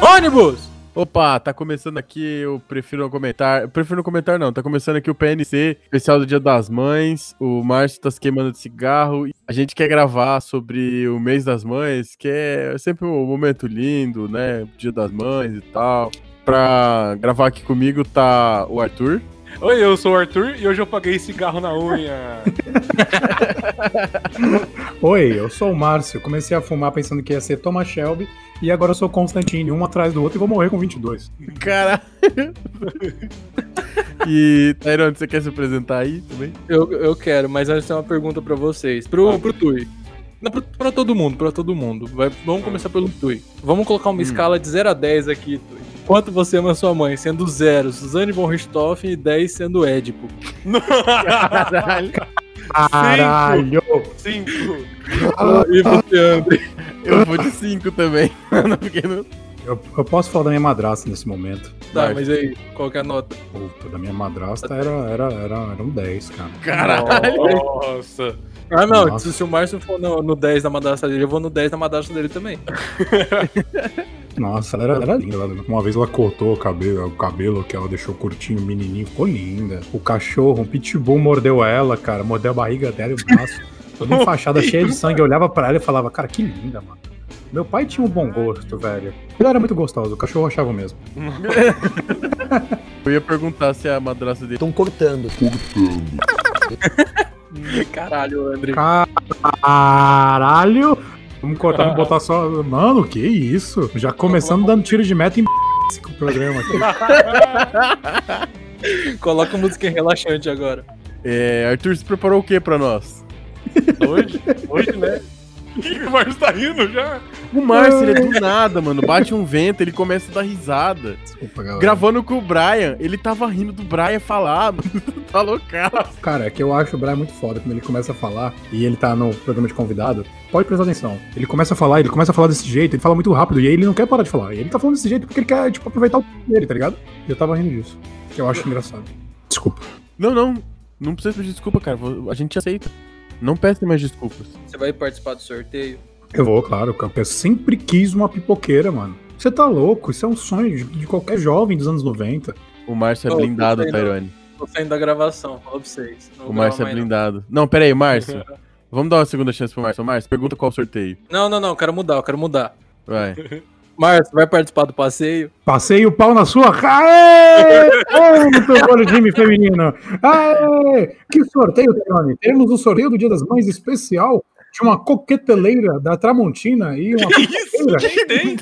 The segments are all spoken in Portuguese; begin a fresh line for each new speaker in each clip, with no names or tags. ônibus!
Opa, tá começando aqui, eu prefiro não comentar. Eu prefiro não comentar, não. Tá começando aqui o PNC, especial do Dia das Mães. O Márcio tá se queimando de cigarro. A gente quer gravar sobre o mês das mães, que é sempre um momento lindo, né? Dia das mães e tal. Pra gravar aqui comigo tá o Arthur.
Oi, eu sou o Arthur e hoje eu paguei cigarro na unha.
Oi, eu sou o Márcio. Comecei a fumar pensando que ia ser Thomas Shelby e agora eu sou Constantine, um atrás do outro e vou morrer com 22.
Cara. e, Tyrone, você quer se apresentar aí também?
Eu, eu quero, mas antes tem uma pergunta pra vocês. Pro, pro Tui. Não, pro- pra todo mundo, pra todo mundo. Vai- vamos começar pelo Tui. Vamos colocar uma escala de 0 a 10 aqui, Tui. Quanto você ama sua mãe? Sendo 0, Suzane von Richthofen e 10 sendo Édipo.
Caralho.
Caralho!
Cinco.
E você, André?
Eu vou de 5 também. Não fiquei no-
Eu, eu posso falar da minha madrasta nesse momento.
Tá,
Vai.
mas aí, qual que é a nota?
Puta, da minha madrasta era, era, era, era um 10, cara.
Caralho.
Nossa.
Ah, não,
Nossa.
se, se o Márcio for no, no 10 da madrasta dele, eu vou no 10 da madrasta dele também.
Nossa, ela era, era linda. Ela- Uma vez ela cortou o cabelo, o cabelo que ela deixou curtinho, menininho, ficou linda. O cachorro, um pitbull, mordeu ela, cara. Mordeu a barriga dela e o braço.
Oh,
Toda enfaixada, cheia de sangue. Eu olhava pra ela e falava, cara, que linda, mano. Meu pai tinha um bom gosto, velho. Ele era muito gostoso, o cachorro achava mesmo.
Eu ia perguntar se a madraça dele.
Estão cortando.
Caralho, André.
Caralho! Vamos cortar, vamos botar só. Mano, que isso? Já começando dando tiro de meta em com o programa aqui.
Coloca música relaxante agora.
É, Arthur, você preparou o que pra nós?
Hoje? Hoje, né? Ih, o Márcio tá rindo já.
O Márcio, ele é do nada, mano. Bate um vento, ele começa a dar risada.
Desculpa, galera.
Gravando com o Brian, ele tava rindo do Brian falar, mano. Tá loucado.
Cara, é que eu acho o Brian muito foda quando ele começa a falar e ele tá no programa de convidado. Pode prestar atenção. Ele começa a falar, ele começa a falar desse jeito, ele fala muito rápido e aí ele não quer parar de falar. E ele tá falando desse jeito porque ele quer, tipo, aproveitar o p dele, tá ligado? E eu tava rindo disso. Que eu acho engraçado. Desculpa.
Não, não. Não precisa pedir desculpa, cara. Vou- A gente aceita. Não peça mais desculpas.
Você vai participar do sorteio?
Eu vou, claro, porque eu sempre quis uma pipoqueira, mano. Você tá louco? Isso é um sonho de, de qualquer jovem dos anos 90.
O Márcio é
Não,
blindado,
não sei, não.
Tyrone.
Tô saindo da gravação, fala pra vocês. Não
O
vou
Márcio
gravar mais, não.
é blindado. Não, pera aí, Márcio. Vamos dar uma segunda chance pro Márcio. Márcio, pergunta qual sorteio.
Não, não, não, quero mudar, eu quero mudar.
Vai.
Márcio, vai participar do passeio?
Passei o pau na sua. Aê! Aê, Muito bom o time feminino! Aê! Que sorteio, Tony! Teremos o sorteio do Dia das Mães especial de uma coqueteleira da Tramontina e uma coqueteleira. É,
Quem tem?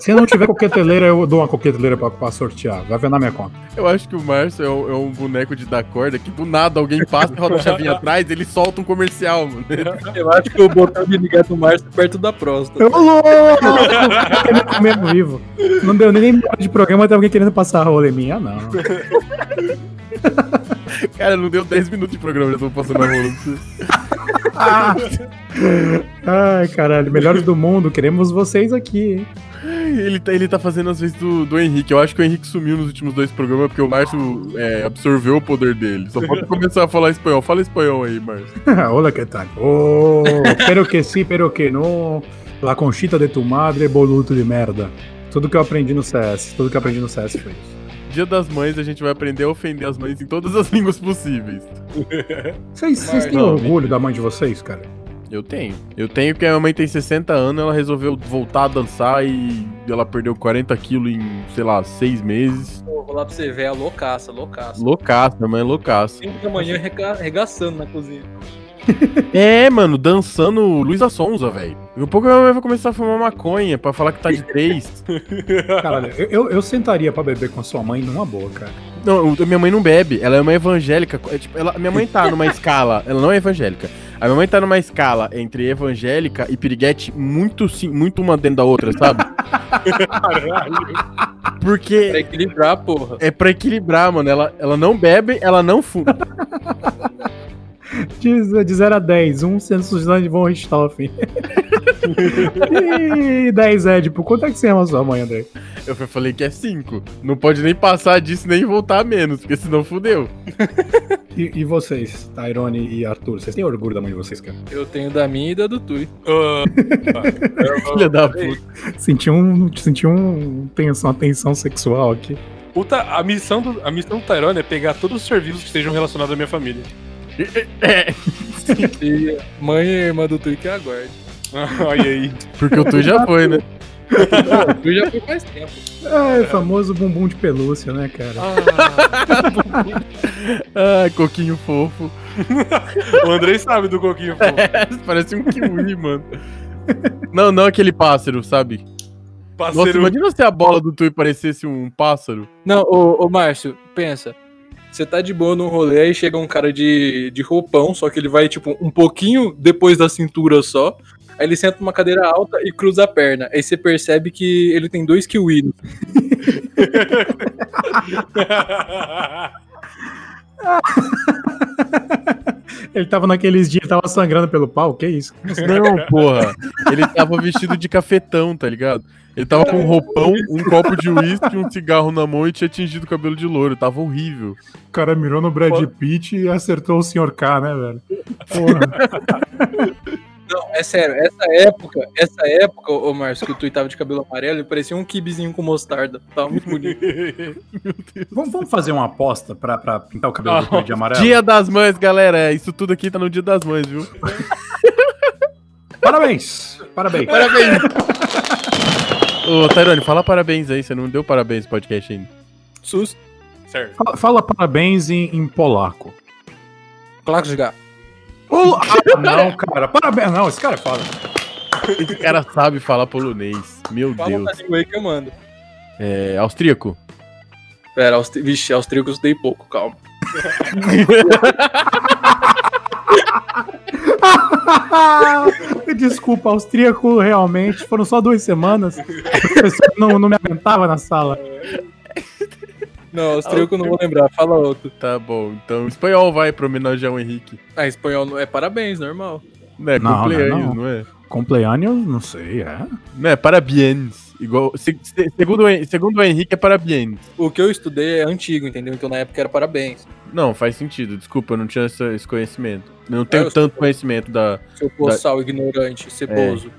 Se não tiver coqueteleira, eu dou uma coqueteleira pra, pra sortear. Vai ver na minha conta.
Eu acho que o Márcio é um, é um boneco de dar corda que do nada alguém passa, roda a chavinha atrás, ele solta um comercial, mano.
Eu acho que o botão de ligar do Márcio é perto da próstata.
Eu louco! querendo comer ao vivo. Não deu nem hora de programa, tem alguém querendo passar rolê minha, não.
Cara, não deu 10 minutos de programa, já tô passando a rola.
Ai, caralho, melhores do mundo, queremos vocês aqui, hein?
Ele tá, ele tá fazendo as vezes do, do Henrique. Eu acho que o Henrique sumiu nos últimos dois programas porque o Márcio é, absorveu o poder dele. Só pode começar a falar espanhol. Fala espanhol aí, Márcio.
Ah, Hola, ¿qué tal? Oh, pero que sí, pero que no. La conchita de tu madre, boludo de merda. Tudo que eu aprendi no CS, tudo que eu aprendi no CS foi isso.
Dia das Mães, a gente vai aprender a ofender as mães em todas as línguas possíveis.
Vocês, vocês têm
Não,
orgulho da mãe de vocês, cara?
Eu tenho. Eu tenho porque a minha mãe tem 60 anos, ela resolveu voltar a dançar e ela perdeu 40 quilos em, sei lá, 6 meses.
Pô, vou lá pra você ver, é loucaça, loucaça.
Loucaça, minha mãe é loucaça.
5 da manhã rega- arregaçando na cozinha.
É, mano, dançando Luísa Sonza, velho. Daqui a pouco a minha mãe vai começar a fumar maconha pra falar que tá de 3.
Caralho, eu, eu, eu sentaria pra beber com a sua mãe numa boa, cara.
Não, eu- minha mãe não bebe, ela é uma evangélica. é tipo, ela- minha mãe tá numa escala, ela não é evangélica. A minha mãe tá numa escala entre evangélica e piriguete muito, sim- muito uma dentro da outra, sabe? Porque
Pra equilibrar, porra.
é pra equilibrar, mano. Ela, ela não bebe, ela não fuma.
De, de 0 a 10, um sendo Suzane von Richthofen. Ih, 10 é, tipo, quanto é que você ama sua mãe, André?
Eu fa- falei que é 5. Não pode nem passar disso nem voltar a menos, porque senão fudeu.
E, e vocês, Tyrone e Arthur, vocês têm orgulho da mãe de vocês, cara?
Eu tenho da minha e da do Tui.
Ah,
Filha da puta.
Senti um, senti um tensão, uma tensão sexual aqui.
Puta, a missão do, a missão do Tyrone é pegar todos os serviços que estejam relacionados à minha família.
E mãe e irmã do Tui que aguarde.
Olha aí.
Porque o tu já foi, né?
O Tui já foi faz tempo.
Ah, é famoso bumbum de pelúcia, né, cara?
Ah, coquinho fofo.
O Andrei sabe do coquinho. Pô.
Parece um kiwi, mano. Não, não aquele pássaro, sabe? Nossa,
Parceiro.
imagina se a bola do Tui parecesse um pássaro.
Não, ô, ô Márcio, pensa. Você tá de boa num rolê, aí chega um cara de, de roupão, só que ele vai, tipo, um pouquinho depois da cintura só. Aí ele senta numa cadeira alta e cruza a perna. Aí você percebe que ele tem dois kiwi.
Ele tava naqueles dias, tava sangrando pelo pau, que isso?
Não, porra. Ele tava vestido de cafetão, tá ligado? Ele tava com um roupão, um copo de uísque, um cigarro na mão e tinha tingido o cabelo de louro. Tava horrível.
O cara mirou no Brad Pitt e acertou o Sr. K, né, velho? Porra.
Não, é sério, essa época, essa época, ô Márcio, que o Tui tava de cabelo amarelo, ele parecia um kibizinho com mostarda. Tava muito bonito.
vamos, vamos fazer uma aposta pra, pra pintar o cabelo do Tui de amarelo?
Dia das Mães, galera. É, Isso tudo aqui tá no Dia das Mães, viu?
Parabéns! Parabéns.
Parabéns. Ô, Tairone, fala parabéns aí. Você não deu parabéns no podcast ainda.
Sus,
Certo.
Fala, fala parabéns em, em polaco.
claro de gato.
Pol- Ah, não, cara. Parabéns. Não, esse cara é foda.
Esse cara sabe falar polonês. Meu
Fala
Deus.
uma língua aí que eu mando.
É, austríaco?
Pera, austri... vixe, austríaco eu estudei pouco, calma.
Ah, Desculpa, austríaco, realmente. Foram só duas semanas. O professor não, não me aguentava na sala.
Não, austríaco eu não vou lembrar, fala outro.
Tá bom. Então, espanhol vai pra homenagear o Henrique.
Ah, espanhol não- é parabéns, normal.
Né,
Não,
cumpleaños,
não,
não,
não.
é?
Compleanos, não sei, é.
Não é, parabéns. Igual, se- se- segundo, o Hen- segundo o Henrique, é parabéns.
O que eu estudei é antigo, entendeu? Então na época era parabéns.
Não, faz sentido. Desculpa, eu não tinha essa- esse conhecimento. Eu não tenho
eu sei.
tanto conhecimento da
Seu boçal ignorante, ceboso.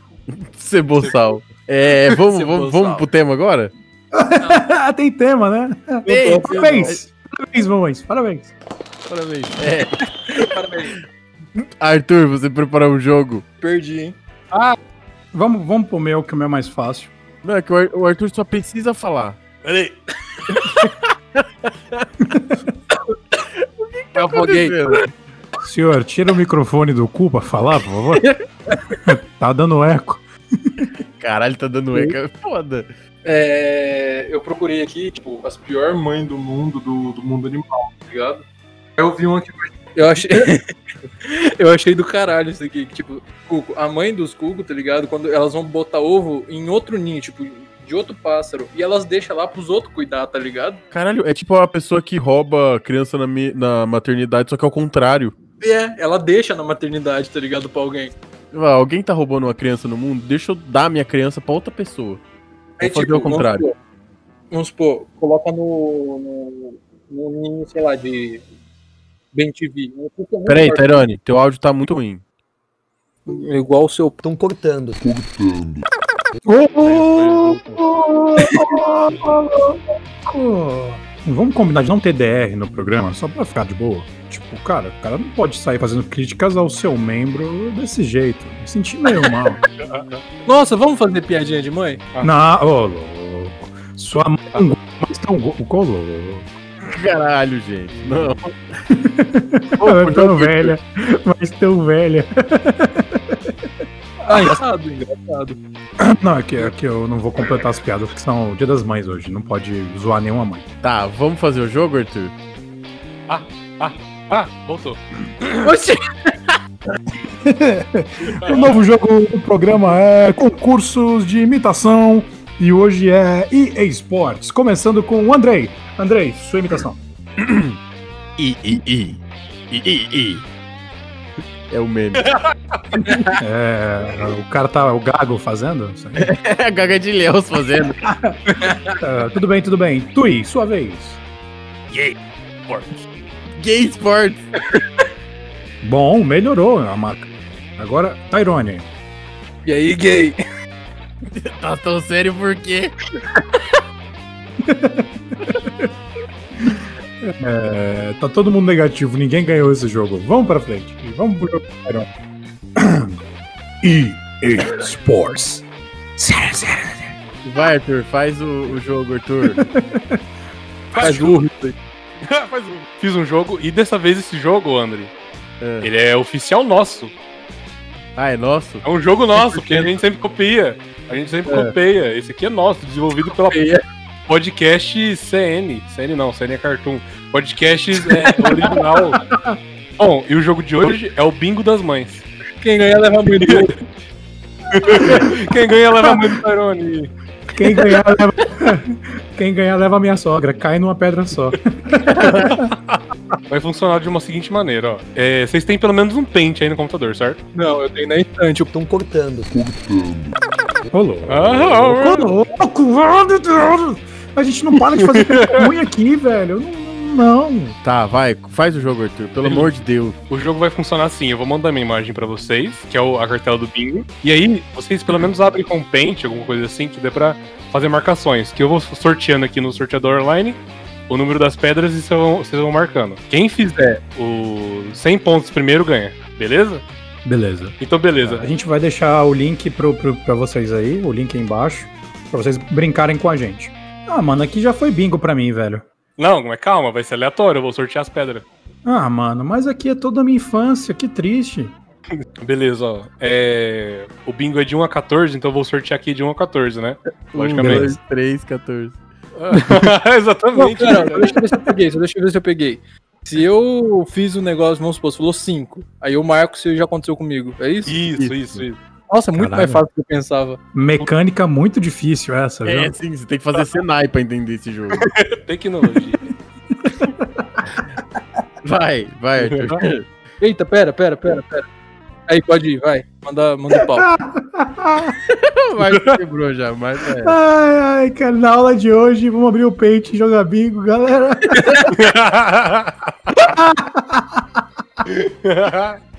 Cebossal. É, vamos, vamos,
Cebossal.
vamos pro tema agora?
Tem tema, né?
Ei,
Parabéns. Parabéns, mamães. Parabéns.
Parabéns. É,
Parabéns.
Arthur, você preparou um jogo.
Perdi, hein?
Vamos, vamos pro meu, que o meu é mais fácil.
Não, é que o Ar- o Arthur só precisa falar.
Peraí.
Eu afoguei.
Senhor, tira o microfone do cu pra falar, por favor. tá dando eco.
Caralho, tá dando eco. é Foda.
É, eu procurei aqui, tipo, as pior mãe do mundo, do, do mundo animal, tá ligado? Eu vi um aqui. Eu achei. eu achei do caralho isso aqui. que, Tipo, cuco, a mãe dos cuco, tá ligado? Quando elas vão botar ovo em outro ninho, tipo, de outro pássaro. E elas deixam lá pros outros cuidar, tá ligado?
Caralho, é tipo a pessoa que rouba criança na, mi- na maternidade, só que ao contrário.
É, ela deixa na maternidade, tá ligado? Pra alguém.
Ah, alguém tá roubando uma criança no mundo? Deixa eu dar minha criança pra outra pessoa. Vou fazer
tipo,
ao
vamos
contrário.
supor- Vamos supor, coloca no, no, no ninho, sei lá, de. Bem TV. Um cuco é muito
Peraí,
forte.
Tairone, teu áudio tá muito ruim.
Igual o seu assim.
Estão cortando.
Vamos combinar de não ter DR no programa, só pra ficar de boa. Tipo, cara, o cara não pode sair fazendo críticas ao seu membro desse jeito. Me senti meio mal.
Nossa, vamos fazer piadinha de mãe?
Na, ô, louco. Sua mãe é um go- mas tão go- ô, louco.
Caralho, gente. Não.
Ela é tão velha, mas tão velha.
Ah, engraçado, engraçado.
Não, é que, é que eu não vou completar as piadas, porque são o dia das mães hoje. Não pode zoar nenhuma mãe.
Tá, vamos fazer o jogo, Arthur?
Ah, voltou.
Oxi!
O novo jogo do programa é concursos de imitação e hoje é EA Sports, começando com o Andrei. Andrei, sua imitação.
I, I, I. I, I, I. É o meme.
É, o cara tá. O Gago fazendo? isso aí.
É a Gaga de Leos fazendo.
É, tudo bem, tudo bem. Tui, sua vez.
Gay Sports.
Bom, melhorou a marca. Agora, Tyrone.
E aí, gay?
Tá tão sério por quê?
É, tá todo mundo negativo, ninguém ganhou esse jogo. Vamos pra frente. Vamos pro jogo do Tyrone. EA Sports. Sério, sério.
Vai, Arthur, faz o, o jogo, Arthur.
Faz
Faz
burro.
Faz um- Fiz um jogo e dessa vez esse jogo, André,
É.
ele é oficial nosso.
Ah, é nosso?
É um jogo nosso, porque a gente sempre copia. A gente sempre copiia. Esse aqui é nosso, desenvolvido pela podcast CN. CN não, CN é cartoon. Podcast é, original. Bom, e o jogo de hoje é o Bingo das Mães.
Quem ganhar leva muito.
Quem ganha leva muito Tyrone.
Quem ganhar, leva... Quem ganhar leva a minha sogra. Cai numa pedra só.
Vai funcionar de uma seguinte maneira, ó. É, vocês têm pelo menos um pente aí no computador, certo?
Não, eu tenho na instante.
Estão cortando.
Rolou.
Ah,
Ô, louco, mano, mano. A gente não para de fazer ruim aqui, velho. Eu Não, não.
Tá, vai, faz o jogo, Arthur, pelo amor de Deus.
O jogo vai funcionar assim, eu vou mandar minha imagem pra vocês, que é o- a cartela do bingo. E aí, vocês pelo menos abrem com um pente, alguma coisa assim, que dê pra fazer marcações. Que eu vou sorteando aqui no sorteador online o número das pedras e vocês vão, vocês vão marcando. Quem fizer o 100 pontos primeiro ganha, beleza?
Beleza.
Então beleza.
A gente vai deixar o link pro, pro, pra vocês aí, o link aí embaixo, pra vocês brincarem com a gente. Ah, mano, aqui já foi bingo pra mim, velho.
Não, mas calma, vai ser aleatório, eu vou sortear as pedras.
Ah, mano, mas aqui é toda a minha infância, que triste.
Beleza, ó. É, O bingo é de 1 a 14, então eu vou sortear aqui de 1 a 14, né?
Um,
Logicamente.
3, 14.
Não,
Exatamente.
cara, deixa eu ver se eu peguei, só deixa eu ver se eu peguei. Se eu fiz um negócio, vamos supor, você falou 5, aí eu marco se já aconteceu comigo, é isso?
Isso, isso, isso.
Nossa, é muito
Caralho.
mais fácil do que eu pensava.
Mecânica muito difícil essa, viu?
É, sim, você tem que fazer Senai pra entender esse jogo.
Tecnologia.
Vai, vai, Arthur.
Eita, pera, pera, pera, pera. Aí, pode ir, vai. Manda, manda o pau.
O Marcos quebrou já, mas é.
Ai, ai, cara, na aula de hoje vamos abrir o peito e jogar bingo, galera.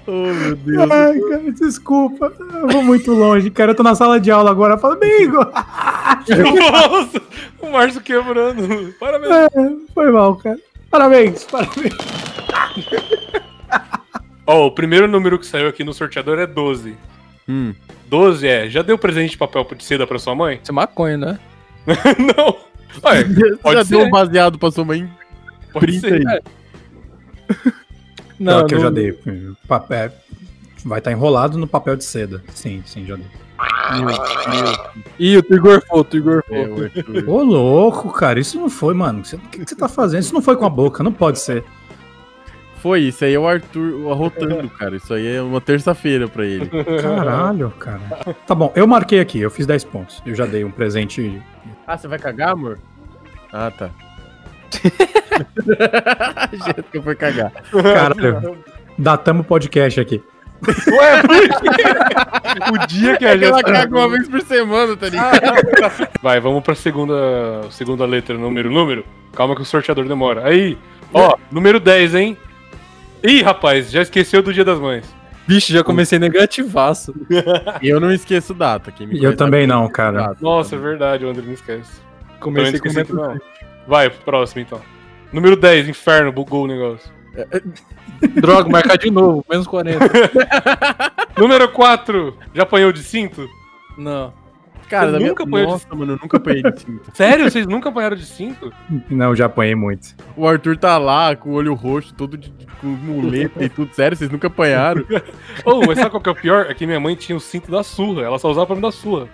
Oh, meu Deus.
Ai, cara, desculpa. Eu vou muito longe, cara. Eu tô na sala de aula agora. Fala, bingo!
Nossa, o Márcio quebrando. Parabéns.
Foi mal, cara. Parabéns, parabéns.
Ó, o primeiro número que saiu aqui no sorteador é 12.
Hum.
12 é, já deu presente de papel de seda pra sua mãe?
Isso é maconha, né?
Não. Ué,
Você
Pode
já
ser.
deu um baseado pra sua mãe?
pode
Printa
ser.
aí.
Não, é que eu já dei. Papel. é, Vai estar enrolado no papel de seda. Sim, sim, já dei.
É,
Ih, o Trigorfou, o Trigorfou.
É, o Arthur.
Ô, louco, cara. Isso não foi, mano. Você- O que que você tá fazendo? Isso não foi com a boca. Não pode ser.
Foi isso aí, é o Arthur arrotando, cara. Isso aí é uma terça-feira pra ele.
Caralho, cara. Tá bom, eu marquei aqui. Eu fiz 10 pontos. Eu já dei um presente.
Ah, você vai cagar, amor? Ah, tá. Jéssica foi cagar.
Caralho. Datamos o podcast aqui.
Ué, por quê? O dia que a gente... tá-
Ela caga uma vez por semana, tá ligado?
Vai, vamos pra segunda, segunda letra, número, número. Calma que o sorteador demora. Aí, ó, número 10, hein? Ih, rapaz, já esqueceu do Dia das Mães.
Vixe, já comecei negativaço.
Eu não esqueço data. Quem me
E eu
conhece
também
sabe
não,
que eu esqueço
cara.
data.
Ah. Nossa, é verdade, o André não esquece. Também não
Comecei com
esqueci que não. Vai, pro próximo então. Número 10, inferno, bugou o negócio.
Droga, marcar de novo, menos 40.
Número 4, já apanhou de cinto?
Não.
Cara,
Eu
da
nunca
minha...
apanhei de
Nossa, mano, eu nunca apanhei de tinta.
Sério, vocês nunca apanharam de cinto?
Não, já apanhei muito.
O Arthur tá lá com o olho roxo, todo de, de- com muleta e tudo. Sério, vocês nunca apanharam?
Ô, mas sabe qual que é o pior? É que minha mãe tinha o cinto da surra, ela só usava pra me dar surra.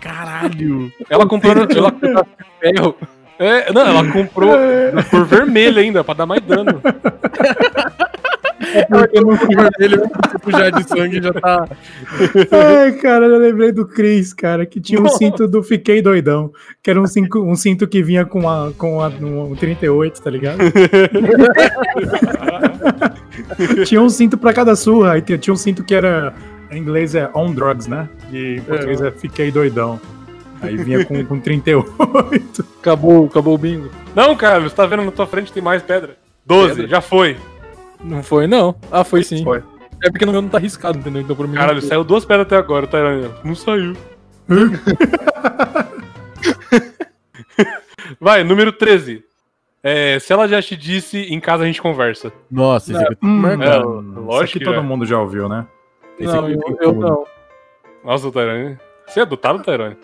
Caralho!
Ela comprou. ela,
Ferro.
é, não, ela comprou na cor vermelha ainda, pra dar mais dano.
Porque no vermelho, tipo, já de sangue já tá.
Ai, cara, eu lembrei do Cris, cara, que tinha um cinto do Fiquei Doidão, que era um cinto, um cinto que vinha um com, a, com a, um 38, tá ligado? tinha um cinto pra cada surra. Aí tinha tinha um cinto que era. Em inglês é on drugs, né? E em português é fiquei doidão. Aí vinha com, com 38.
Acabou, acabou o bingo.
Não, Carlos, tá vendo na tua frente tem mais pedra. 12,
Pedra?
já foi.
Não foi, não. Ah, foi sim.
Foi.
É porque não, não tá arriscado, entendeu? Então pra mim.
Caralho,
não...
saiu duas pedras até agora, tá? Não saiu. Vai, número 13. É, se ela já te disse, em casa a gente conversa.
Nossa, esse
Não,
aqui tá marcado.
é, lógico
Lógico que
que é.
todo mundo já ouviu, né? Esse
não,
aqui
eu,
tem
eu
tudo.
não.
Nossa, Tairone. Você é adotado, Tairone?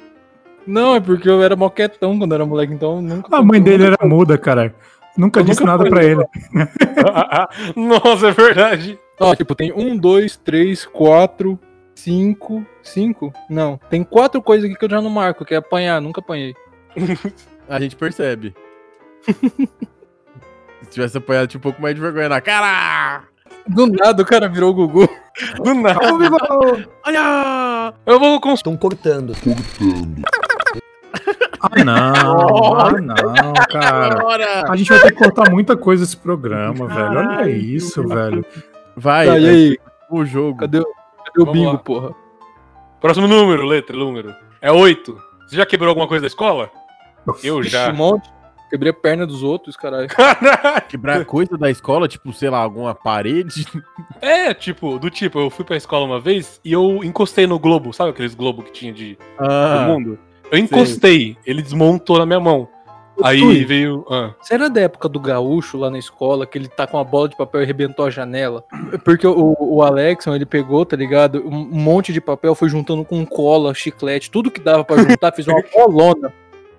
Não, é porque eu era moquetão quando era moleque, então eu nunca.
A Ah, mãe dele era muda, cara. Nunca
Eu
disse
nunca
nada
fui,
pra ele.
Nossa, é verdade.
Ó, tipo, tem um, dois, três, quatro, cinco. Cinco? Não. Tem quatro coisas aqui que eu já não marco, que é apanhar, nunca apanhei.
A gente percebe. Se tivesse apanhado, tinha um pouco mais de vergonha na cara.
Do nada o cara virou o Gugu.
Do nada.
Olha!
Eu vou cons...
Estão cortando.
Ah, não. ah, não, cara.
Bora!
A gente vai ter que cortar muita coisa esse programa, velho. Olha isso, velho.
Vai, é tipo
Tá, e aí?
o jogo.
Cadê, o- cadê o
Vamos
bingo,
lá.
porra?
Próximo número, letra, número. É 8. Você já quebrou alguma coisa da escola? Eu
Ixi,
já.
um monte. Quebrei a perna dos outros, caralho.
Caralho.
Quebrar coisa da escola, tipo, sei lá, alguma parede.
É, tipo, do tipo, eu fui pra escola uma vez e eu encostei no globo, sabe aqueles globo que tinha de todo
Ah,
mundo? Eu encostei, ele desmontou na minha mão. Aí
Tui,
veio. ah,
você era da época do gaúcho lá na escola, que ele tá com uma bola de papel e arrebentou a janela? Porque o, o Alexon, ele pegou, tá ligado? Um um monte de papel, foi juntando com cola, chiclete, tudo que dava pra juntar, fez uma bolona,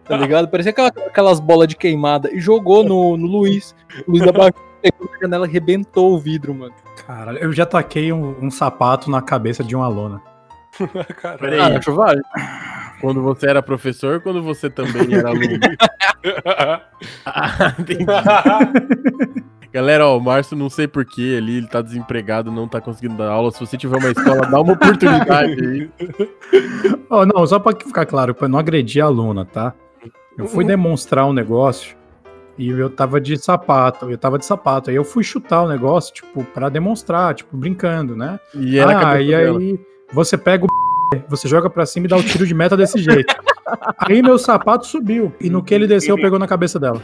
tá ligado? Parecia aquela- aquelas bolas de queimada. E jogou no, no Luiz. O Luiz abaixou, pegou na janela e arrebentou o vidro, mano.
Caralho, eu já taquei um, um sapato na cabeça de uma aluna.
caralho.
Peraí.
Ah, acho válido.
Quando você era professor, quando você também era aluno. Ah, entendi. Galera, ó, o Márcio, não sei porquê ali, ele tá desempregado, não tá conseguindo dar aula. Se você tiver uma escola, dá uma oportunidade aí.
Ó, não, só pra ficar claro, pra não agredir a aluna, tá? Eu fui demonstrar um negócio e eu tava de sapato, eu tava de sapato. Aí eu fui chutar o negócio, tipo, pra demonstrar, tipo, brincando, né?
E era a
ah,
cabeça
e
dela.
aí você pega o b****, você joga pra cima e dá o tiro de meta desse jeito. aí meu sapato subiu e no que ele desceu pegou na cabeça dela.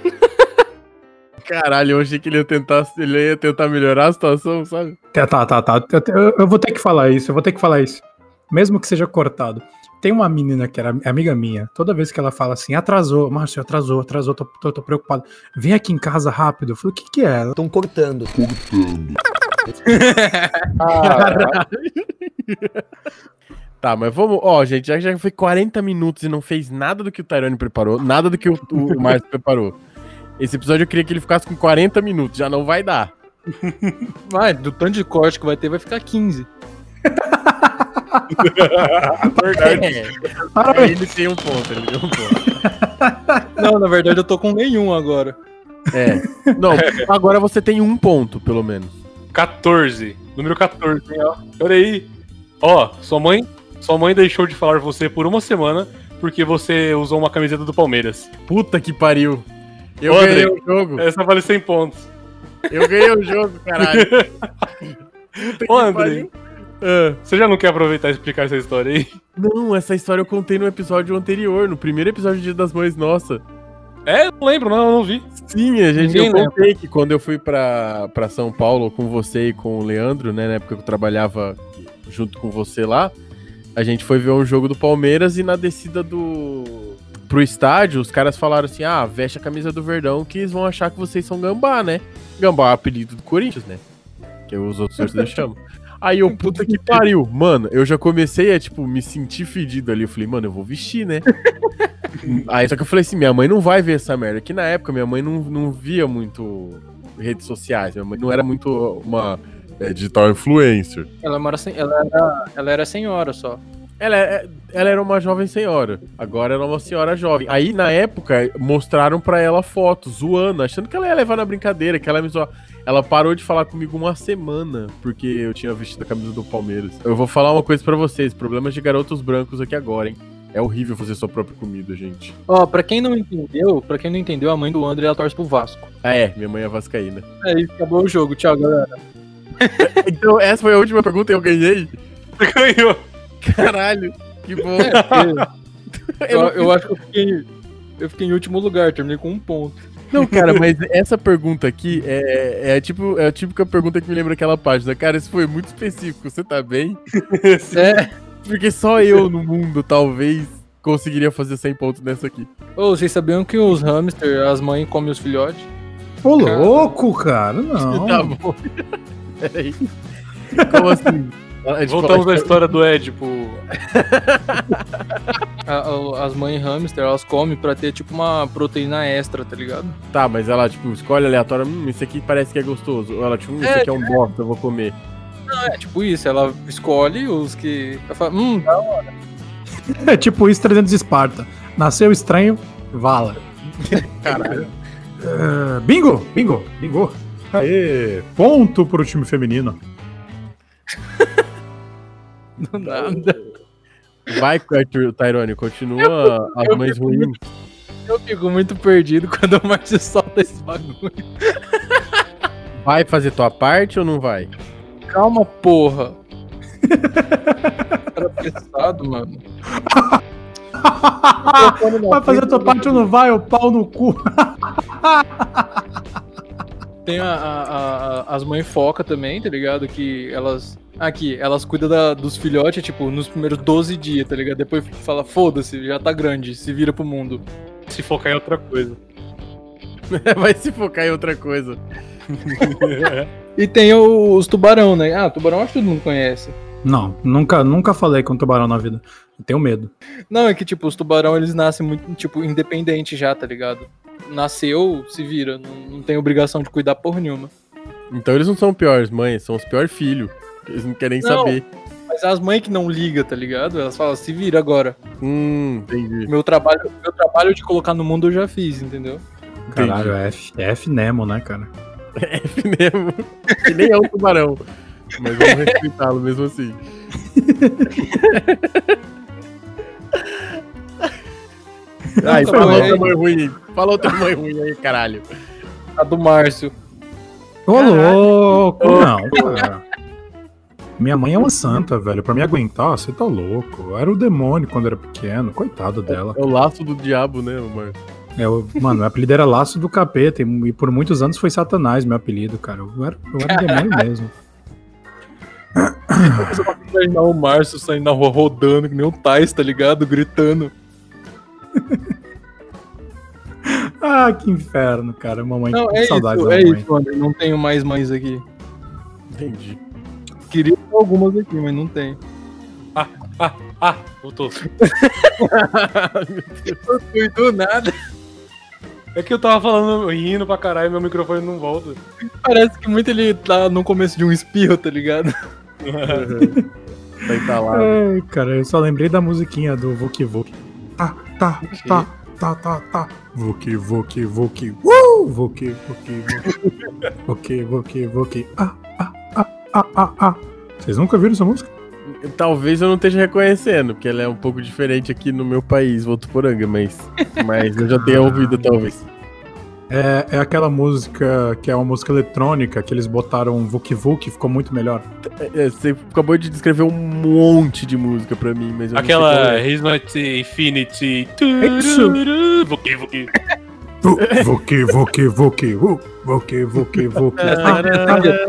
Caralho, eu achei que ele ia tentar, ele ia tentar melhorar a situação, sabe?
Tá, tá, tá, tá. Eu, te- eu- eu vou ter que falar isso, eu vou ter que falar isso. Mesmo que seja cortado. Tem uma menina que era amiga minha, toda vez que ela fala assim, atrasou, Márcio, atrasou, atrasou, tô, tô, tô preocupado. Vem aqui em casa rápido. Eu falei, o que que é? Ela,
Estão cortando.
Tá, mas vamos. Ó, gente, já, já foi 40 minutos e não fez nada do que o Tyrone preparou, nada do que o, o- o Márcio preparou. Esse episódio eu queria que ele ficasse com 40 minutos, já não vai dar.
Vai, do tanto de corte que vai ter, vai ficar 15.
Verdade.
Parabéns.
ele tem um ponto, ele tem um ponto.
Não, na verdade eu tô com nenhum agora.
É. Não, agora você tem um ponto, pelo menos.
14. Número 14, hein, ó. Olha aí. Ó, sua mãe. Sua mãe deixou de falar você por uma semana porque você usou uma camiseta do Palmeiras.
Puta que pariu. Eu
Ô,
ganhei o jogo.
Essa vale 100 pontos.
Eu ganhei o jogo, caralho.
Ô, André, você já não quer aproveitar e explicar essa história aí?
Não, essa história eu contei no episódio anterior, no primeiro episódio do Dia das Mães, nossa.
É, eu não lembro, não, eu não vi.
Sim, a gente,
Ninguém
eu contei que quando eu fui pra, pra São Paulo com você e com o Leandro, né, na época que eu trabalhava junto com você lá, a gente foi ver um jogo do Palmeiras e na descida do pro estádio, os caras falaram assim, ah, veste a camisa do Verdão que eles vão achar que vocês são gambá, né? Gambá é o apelido do Corinthians, né? Que os outros torcedores chamam. Aí eu, puta que pariu. Mano, eu já comecei a, tipo, me sentir fedido ali. Eu falei, mano, eu vou vestir, né? Aí só que eu falei assim, minha mãe não vai ver essa merda. Que na época minha mãe não, não via muito redes sociais. Minha mãe não era muito uma é, digital influencer.
Ela, mora sem, ela, era, ela era senhora só.
Ela, é- ela era uma jovem senhora. Agora ela é uma senhora jovem. Aí, na época, mostraram pra ela fotos, zoando, achando que ela ia levar na brincadeira, que ela me zoa. Ela parou de falar comigo uma semana, porque eu tinha vestido a camisa do Palmeiras. Eu vou falar uma coisa pra vocês: problemas de garotos brancos aqui agora, hein? É horrível fazer sua própria comida, gente.
Ó, pra quem não entendeu, pra quem não entendeu, a mãe do André ela torce pro Vasco.
Ah, é, minha mãe é vascaína.
Aí acabou o jogo, tchau, galera.
Então, essa foi a última pergunta e eu ganhei?
Você ganhou.
Caralho, que bom.
É. Eu,
Eu não
eu acho que eu fiquei, eu fiquei em último lugar, terminei com um ponto.
Não, cara, mas essa pergunta aqui é, é, tipo, é a típica pergunta que me lembra aquela página. Cara, isso foi muito específico. Você tá bem?
É.
Porque só eu no mundo, talvez, conseguiria fazer 100 pontos nessa aqui.
Ô, vocês sabiam que os hamster, as mães comem os filhotes?
Ô, louco, cara, não.
Tá bom. Peraí. Como assim? A gente
Voltamos à
fala-
história do Édipo.
A- a- as mães hamster, elas comem pra ter tipo uma proteína extra, tá ligado?
Tá, mas ela, tipo, escolhe aleatória. Hum, esse aqui parece que é gostoso. Ou ela, tipo, hum, esse
É,
aqui é um bosta, eu vou comer.
É tipo isso, ela escolhe os que. Ela fala, hum, dá
É tipo isso 300 Esparta. Nasceu estranho, vala.
Caralho.
Ah, bingo! Bingo! Bingo! Aê! Ponto pro time feminino.
nada.
Vai, Arthur Tyrone, continua as
eu
mães
fico
ruins.
Eu fico muito perdido quando o Márcio solta esse bagulho.
Vai fazer tua parte ou não vai?
Calma, porra. Era pesado, mano.
Vai fazer a
né?
tua parte ou não vai? O pau no cu.
Tem a- a- a- a- as mães foca também, tá ligado? Que elas. Aqui, elas cuidam da- dos filhotes, tipo, nos primeiros 12 dias, tá ligado? Depois fala, foda-se, já tá grande, se vira pro mundo.
Se focar em outra coisa.
Vai se focar em outra coisa.
E tem o- os tubarão, né? Ah, tubarão acho que todo mundo conhece.
Não, nunca, nunca falei com tubarão na vida. Eu tenho medo.
Não, é que, tipo, os tubarão, eles nascem muito, tipo, independente já, tá ligado? Nasceu, se vira, não, não tem obrigação de cuidar porra nenhuma.
Então eles não são piores mães, são os piores filhos. Eles não querem
Não.
saber.
Mas as mães que não ligam, tá ligado? Elas falam, se vira agora.
Hum, entendi.
Meu trabalho, meu trabalho de colocar no mundo eu já fiz, entendeu?
Caralho, é F, é F Nemo, né, cara?
F mesmo. Que nem é um tubarão. Mas vamos respeitá-lo mesmo assim. Ai,
Não,
fala
mas
outra
aí-
mãe ruim. Fala outra mãe ruim aí, caralho.
A do Márcio.
Ô, louco! Não, cara. Minha mãe é uma santa, velho. Pra me aguentar, você tá louco. Eu era o demônio quando era pequeno. Coitado dela.
É o laço do diabo, né, amor?
É, eu, mano, meu apelido era Laço do Capeta. E e por muitos anos foi Satanás, meu apelido, cara. Eu era, eu era demônio mesmo.
Você pode imaginar o Márcio saindo na rua rodando, que nem um Tais, tá ligado? Gritando.
Ah, que inferno, cara. Mamãe,
Não,
que
é isso,
saudades
é
da mamãe.
isso, mano. Não tenho mais mães aqui.
Entendi.
Queria ter algumas aqui, mas não tem.
Ah, voltou.
Eu fui do nada.
É que eu tava falando, rindo pra caralho, meu microfone não volta.
Parece que muito ele tá no começo de um espirro, tá ligado?
Tá entalado.
Ai, cara, eu só lembrei da musiquinha do Vuk Vuk. Tá, tá, tá, tá, tá, tá. Vuk Vuk Vuk. Uh! Vuk Vuk Vuk. Vuk Vuk Vuk. Ah, ah, ah, ah, ah, ah. Vocês nunca viram essa música?
Talvez eu não esteja reconhecendo, porque ela é um pouco diferente aqui no meu país, Votuporanga, mas, mas eu já tenho ouvido, talvez.
É, é aquela música que é uma música eletrônica que eles botaram Vuk Vuk, ficou muito melhor.
É, você acabou de descrever um monte de música pra mim, mas eu não sei qual
Aquela
é.
Resnite Infinity.
isso.
Tururu, Vuki, vuki.
Vu- Vuk Vuk Vuk. uh, Vuk Vuk Vuk.
É,
Ah,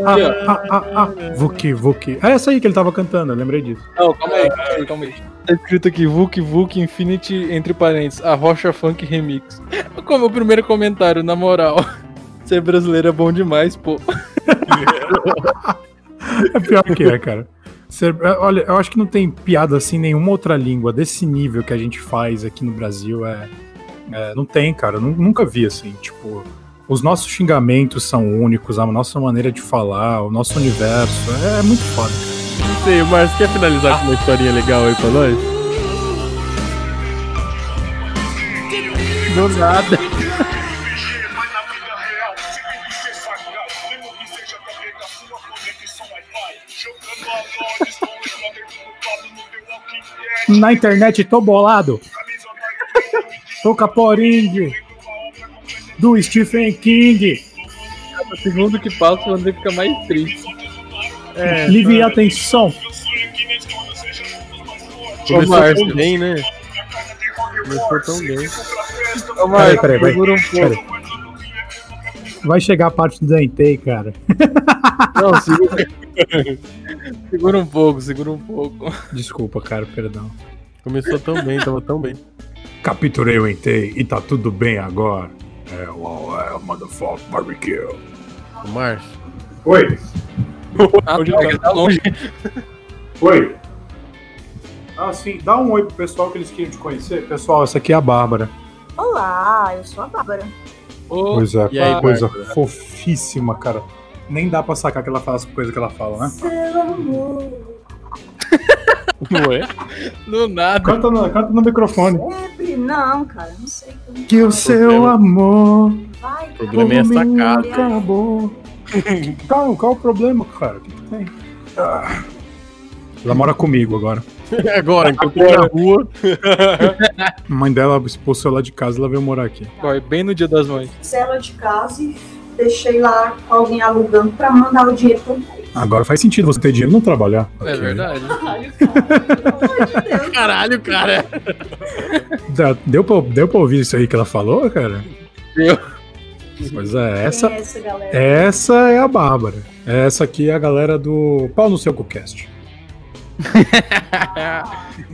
ah, ah, ah, ah. Vuk Vuk. É essa aí que ele tava cantando, eu lembrei disso.
Não, calma aí, calma aí, calma aí. Ah, Tá escrito aqui, Vuk Vuk Infinity, entre parênteses, a Rocha Funk Remix. Como o primeiro comentário, na moral. Ser brasileiro é bom demais, pô.
É pior que é, cara. Ser- é, olha, eu acho que não tem piada assim em nenhuma outra língua desse nível que a gente faz aqui no Brasil. É, é, não tem, cara. Eu nu- nunca vi assim. Tipo, os nossos xingamentos são únicos, a nossa maneira de falar, o nosso universo. É, muito foda.
Não sei, Márcio, quer finalizar com uma historinha legal aí pra nós? Do nada.
é é
Na internet, tô bolado. Tô caporingue. Do Stephen King.
Cada segundo que passa, o André fica mais triste.
É,
Livre
tá.
e atenção.
é
começou
Márcio.
tão bem, né? Começou tão bem.
Ô,
Peraí,
Marcos,
peraí, vai.
segura um pouco.
peraí. Vai chegar a parte do Dantei, cara.
Não, segura. segura um pouco, segura um pouco.
Desculpa, cara, perdão.
Começou tão bem, tava tão bem.
Capturei o Entei e tá tudo bem agora. É, uau, é, motherfucker, barbecue.
O Márcio.
Oi,
Ah,
Onde
tá,
tá?
ele tá longe.
oi. Ah, sim, dá um oi pro pessoal que eles queriam te conhecer.
Pessoal, essa aqui é a Bárbara.
Olá, eu sou a Bárbara.
Ô,
Pois é,
E aí,
coisa fofíssima, cara. Nem dá pra sacar que ela fala as coisas que ela fala, né?
Seu amor
Não é?
do nada.
Canta no, canta no microfone.
sempre. Não, cara, não sei como
Que o seu amor
vai.
O problema é
por
essa
mim
casa.
acabou. Calma, qual o problema, cara? O que que tem? Ah. Ela mora comigo agora.
Agora, encontrei na rua.
A mãe dela expulsou ela de casa e ela veio morar aqui.
Corre bem no dia das mães.
Fiz ela de casa e deixei lá com alguém alugando pra mandar o dinheiro pro pai.
Agora faz sentido você ter dinheiro e não trabalhar.
É verdade.
Caralho, cara.
Dá- Deu pra, deu pra ouvir isso aí que ela falou, cara?
Deu.
Pois é,
Essa...
essa,
É essa galera.
essa é a Bárbara. Essa aqui é a galera do Pau no Seu Cucast.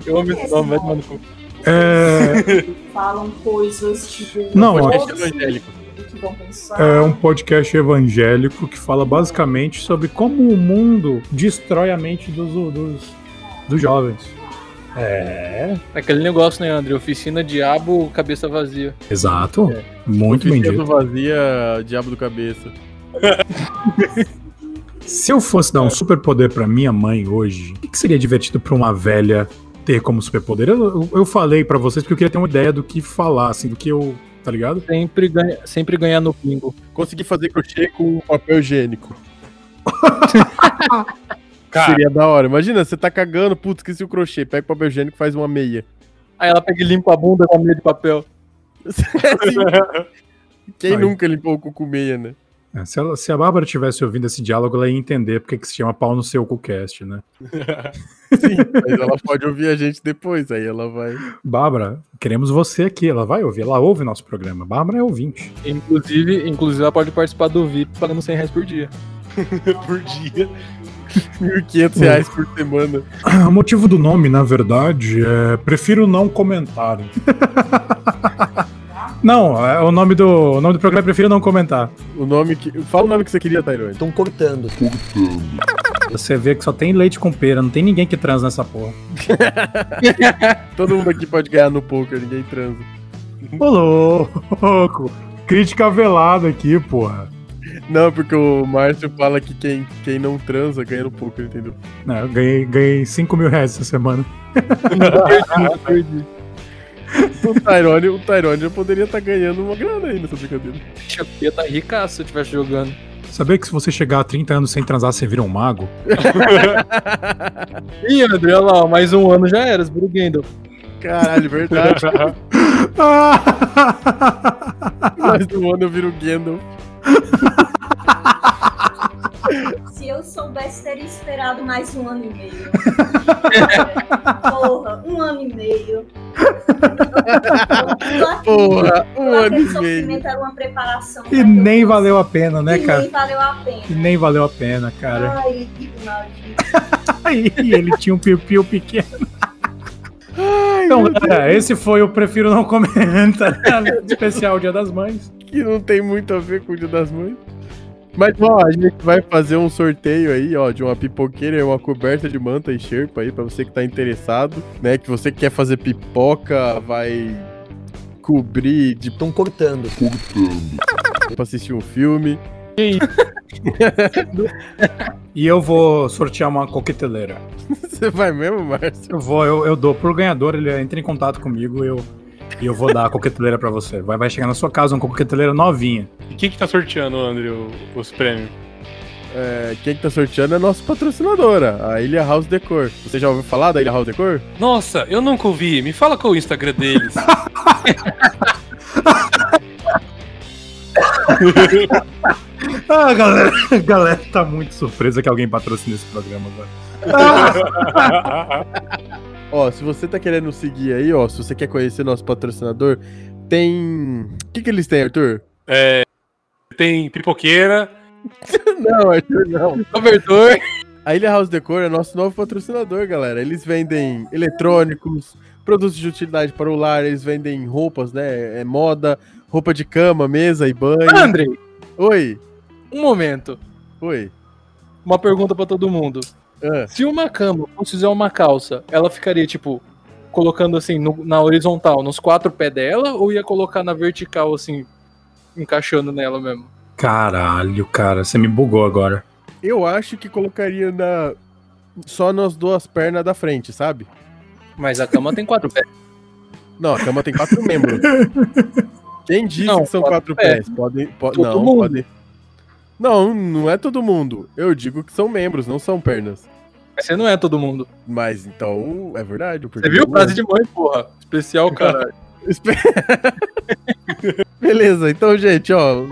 Eu amo esse nome, vai tomar no cu.
É,
Falam coisas tipo.
Não,
todo
é
sentido
evangélico.
Que vão pensar.
é um podcast evangélico que fala basicamente sobre como o mundo destrói a mente dos, dos, dos jovens. É,
Aquele negócio, né, André? Oficina Diabo, cabeça vazia.
exato. Muito
Oficina do
vendido.
vazia, diabo do cabeça.
Se eu fosse dar um superpoder pra minha mãe hoje, o que, que seria divertido pra uma velha ter como superpoder? Eu, eu- eu falei pra vocês porque eu queria ter uma ideia do que falar, assim, do que eu. Tá ligado?
Sempre, ganha, sempre ganhar no bingo.
Consegui fazer crochê com um papel higiênico.
Cara.
Seria da hora. Imagina, você tá cagando, putz, esqueci o crochê. Pega o papel higiênico e faz uma meia.
Aí ela pega e limpa a bunda com a meia de papel.
É assim. Quem
Ai.
nunca limpou o cu com meia, né?
É, se, ela- se a Bárbara tivesse ouvindo esse diálogo, ela ia entender porque que se chama pau no seu cucast, né?
Sim, mas ela pode ouvir a gente depois, aí ela vai.
Bárbara, queremos você aqui. Ela vai ouvir, ela ouve nosso programa. Bárbara é ouvinte.
Inclusive, inclusive, ela pode participar do VIP pagando 100 reais por dia.
Por dia.
1.500 reais por semana.
Ah, O motivo do nome, na verdade, é prefiro não comentar. não, é o nome do o nome do programa é prefiro não comentar.
O nome que. Fala o nome que você queria, Tyrone.
Estão cortando.
Você vê que só tem leite com pera, não tem ninguém que transa nessa porra.
Todo mundo aqui pode ganhar no poker, ninguém transa.
Ô louco! Crítica velada aqui, porra.
Não, porque o Márcio fala que quem, quem não transa ganha no poker, entendeu?
Não, É, eu ganhei, ganhei 5 mil reais essa semana.
O Tyrone, o Tyrone já poderia estar ganhando uma grana aí nessa brincadeira.
Eu ia tá ricaço se eu estivesse jogando.
Sabia que se você chegar a 30 anos sem transar, você vira um mago?
Ih, André, olha lá, ó, mais um ano já era, Brugendo.
Caralho, verdade. Mais de um ano eu viro Gandalf.
Se eu soubesse, teria esperado mais um ano e meio. Porra, um ano e meio.
Porra, um ano
Aquele
e meio.
sofrimento Era uma preparação
E nem valeu a pena, né,
e
cara?
nem valeu a pena.
E nem valeu a pena, cara.
Ai, que maldito.
Aí ele tinha um piu-piu pequeno. então, galera, esse foi o Prefiro Não Comentar especial Dia das Mães.
Que não tem muito a ver com o Dia das Mães. Mas, ó, a gente vai fazer um sorteio aí, ó, de uma pipoqueira e uma coberta de manta e xerpa aí, pra você que tá interessado, né? Que você que quer fazer pipoca, vai cobrir de
Estão cortando.
pra assistir um filme.
E eu vou sortear uma coqueteleira.
Você vai mesmo, Márcio?
Eu vou, eu, eu dou pro ganhador, ele entra em contato comigo eu, e eu vou dar a coqueteleira pra você. Vai, vai chegar na sua casa uma coqueteleira novinha.
E quem que tá sorteando, André, o- os prêmios?
É, quem que tá sorteando é a nossa patrocinadora, a Ilha House Decor. Você já ouviu falar da Ilha House Decor?
Nossa, eu nunca ouvi. Me fala qual é o Instagram deles.
Ah, galera, a galera tá muito surpresa que alguém patrocina esse programa agora.
Ó, se você tá querendo seguir aí, ó, se você quer conhecer nosso patrocinador, tem. O que, que eles têm, Arthur?
Tem pipoqueira.
Não, Arthur, não.
Cobertor.
A Ilha House Decor é nosso novo patrocinador, galera. Eles vendem eletrônicos, produtos de utilidade para o lar, eles vendem roupas, né? É moda, roupa de cama, mesa e banho.
André,
Oi,
um momento.
oi.
Uma pergunta pra todo mundo.
Ah.
Se uma cama fosse usar uma calça, ela ficaria, tipo, colocando assim, no- na horizontal, nos quatro pés dela, ou ia colocar na vertical, assim, encaixando nela mesmo?
Caralho, cara, você me bugou agora.
Eu acho que colocaria na. Só nas duas pernas da frente, sabe?
Mas a cama tem quatro pés.
Não, a cama tem quatro membros. Quem disse
Não,
que são
quatro
quatro
pés.
pés? Podem. po-
Todo
não,
mundo.
podem. Não, não é todo mundo. Eu digo que são membros, não são pernas.
Mas Você não é todo mundo.
Mas então, é verdade.
Você viu? Frase de mãe, porra. Especial, cara.
Beleza, então, gente, ó.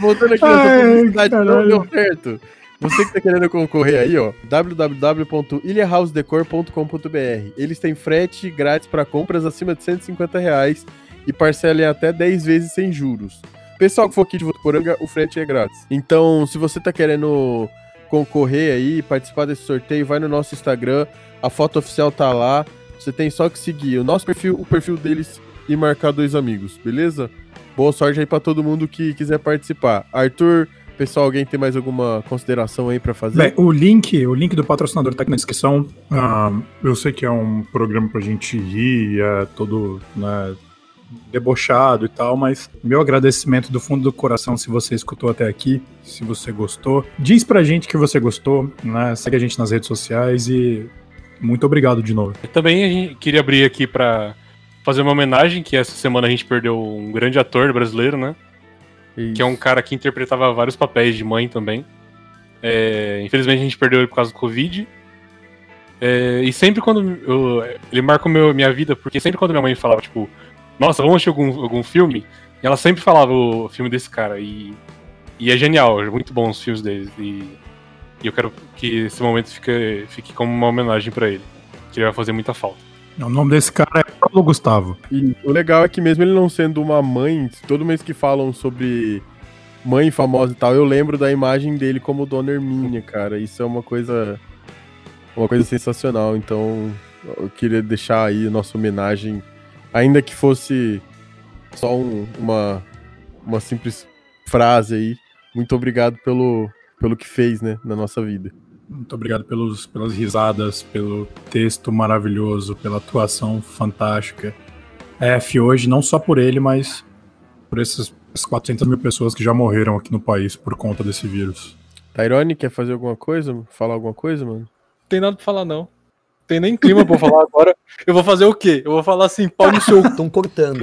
Voltando aqui
Ai,
nessa publicidade, que não
caralho.
deu certo. Você que tá querendo concorrer aí, ó, www.ilhahousedecor.com.br. Eles têm frete grátis para compras acima de 150 reais e parcelem até 10 vezes sem juros. Pessoal que for aqui de Votuporanga, o frete é grátis. Então, se você tá querendo concorrer aí, participar desse sorteio, vai no nosso Instagram, a foto oficial tá lá. Você tem só que seguir o nosso perfil, o perfil deles e marcar dois amigos, beleza? Boa sorte aí pra todo mundo que quiser participar. Arthur, pessoal, alguém tem mais alguma consideração aí pra fazer?
Bem, o link, o link do patrocinador tá aqui na descrição. Ah, eu sei que é um programa pra gente rir, é todo né, debochado e tal, mas meu agradecimento do fundo do coração se você escutou até aqui, se você gostou. Diz pra gente que você gostou, né? Segue a gente nas redes sociais e muito obrigado de novo.
Eu também a gente queria abrir aqui pra fazer uma homenagem, que essa semana a gente perdeu um grande ator brasileiro, né? Que é um cara que interpretava vários papéis de mãe também. É, infelizmente a gente perdeu ele por causa do Covid. É, e sempre quando. eu- ele marcou meu, minha vida, porque sempre quando minha mãe falava, tipo, nossa, vamos assistir algum, algum filme, ela sempre falava o filme desse cara. E, e é genial, é muito bom os filmes dele. E, e eu quero que esse momento fique, fique como uma homenagem pra ele. Que ele vai fazer muita falta.
O nome desse cara é Paulo Gustavo.
E o legal é que mesmo ele não sendo uma mãe, todo mês que falam sobre mãe famosa e tal, eu lembro da imagem dele como Dona Hermínia, cara. Isso é uma coisa uma coisa sensacional. Então, eu queria deixar aí a nossa homenagem, ainda que fosse só um- uma uma simples frase aí. Muito obrigado pelo pelo que fez, né, na nossa vida.
Muito obrigado pelos, pelas risadas, pelo texto maravilhoso, pela atuação fantástica. F hoje, não só por ele, mas por essas essas 400 mil pessoas que já morreram aqui no país por conta desse vírus.
Tyrone quer fazer alguma coisa? Falar alguma coisa, mano?
Não tem nada pra falar, não. Tem nem clima pra eu falar agora. Eu vou fazer o quê? Eu vou falar assim, pau no seu.
Estão cortando.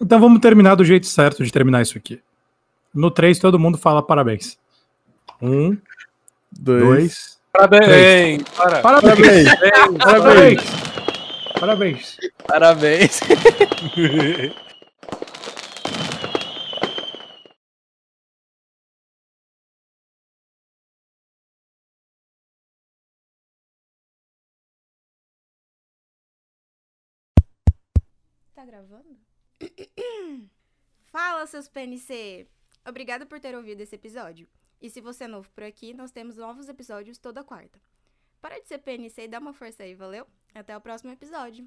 Então vamos terminar do jeito certo de terminar isso aqui. No 3, todo mundo fala parabéns. Um, dois.
Parabéns! Para.
Parabéns!
Parabéns.
Parabéns!
Parabéns.
Tá gravando? Fala, seus PNC! Obrigada por ter ouvido esse episódio. E se você é novo por aqui, nós temos novos episódios toda quarta. Para de ser PNC e dá uma força aí, valeu? Até o próximo episódio.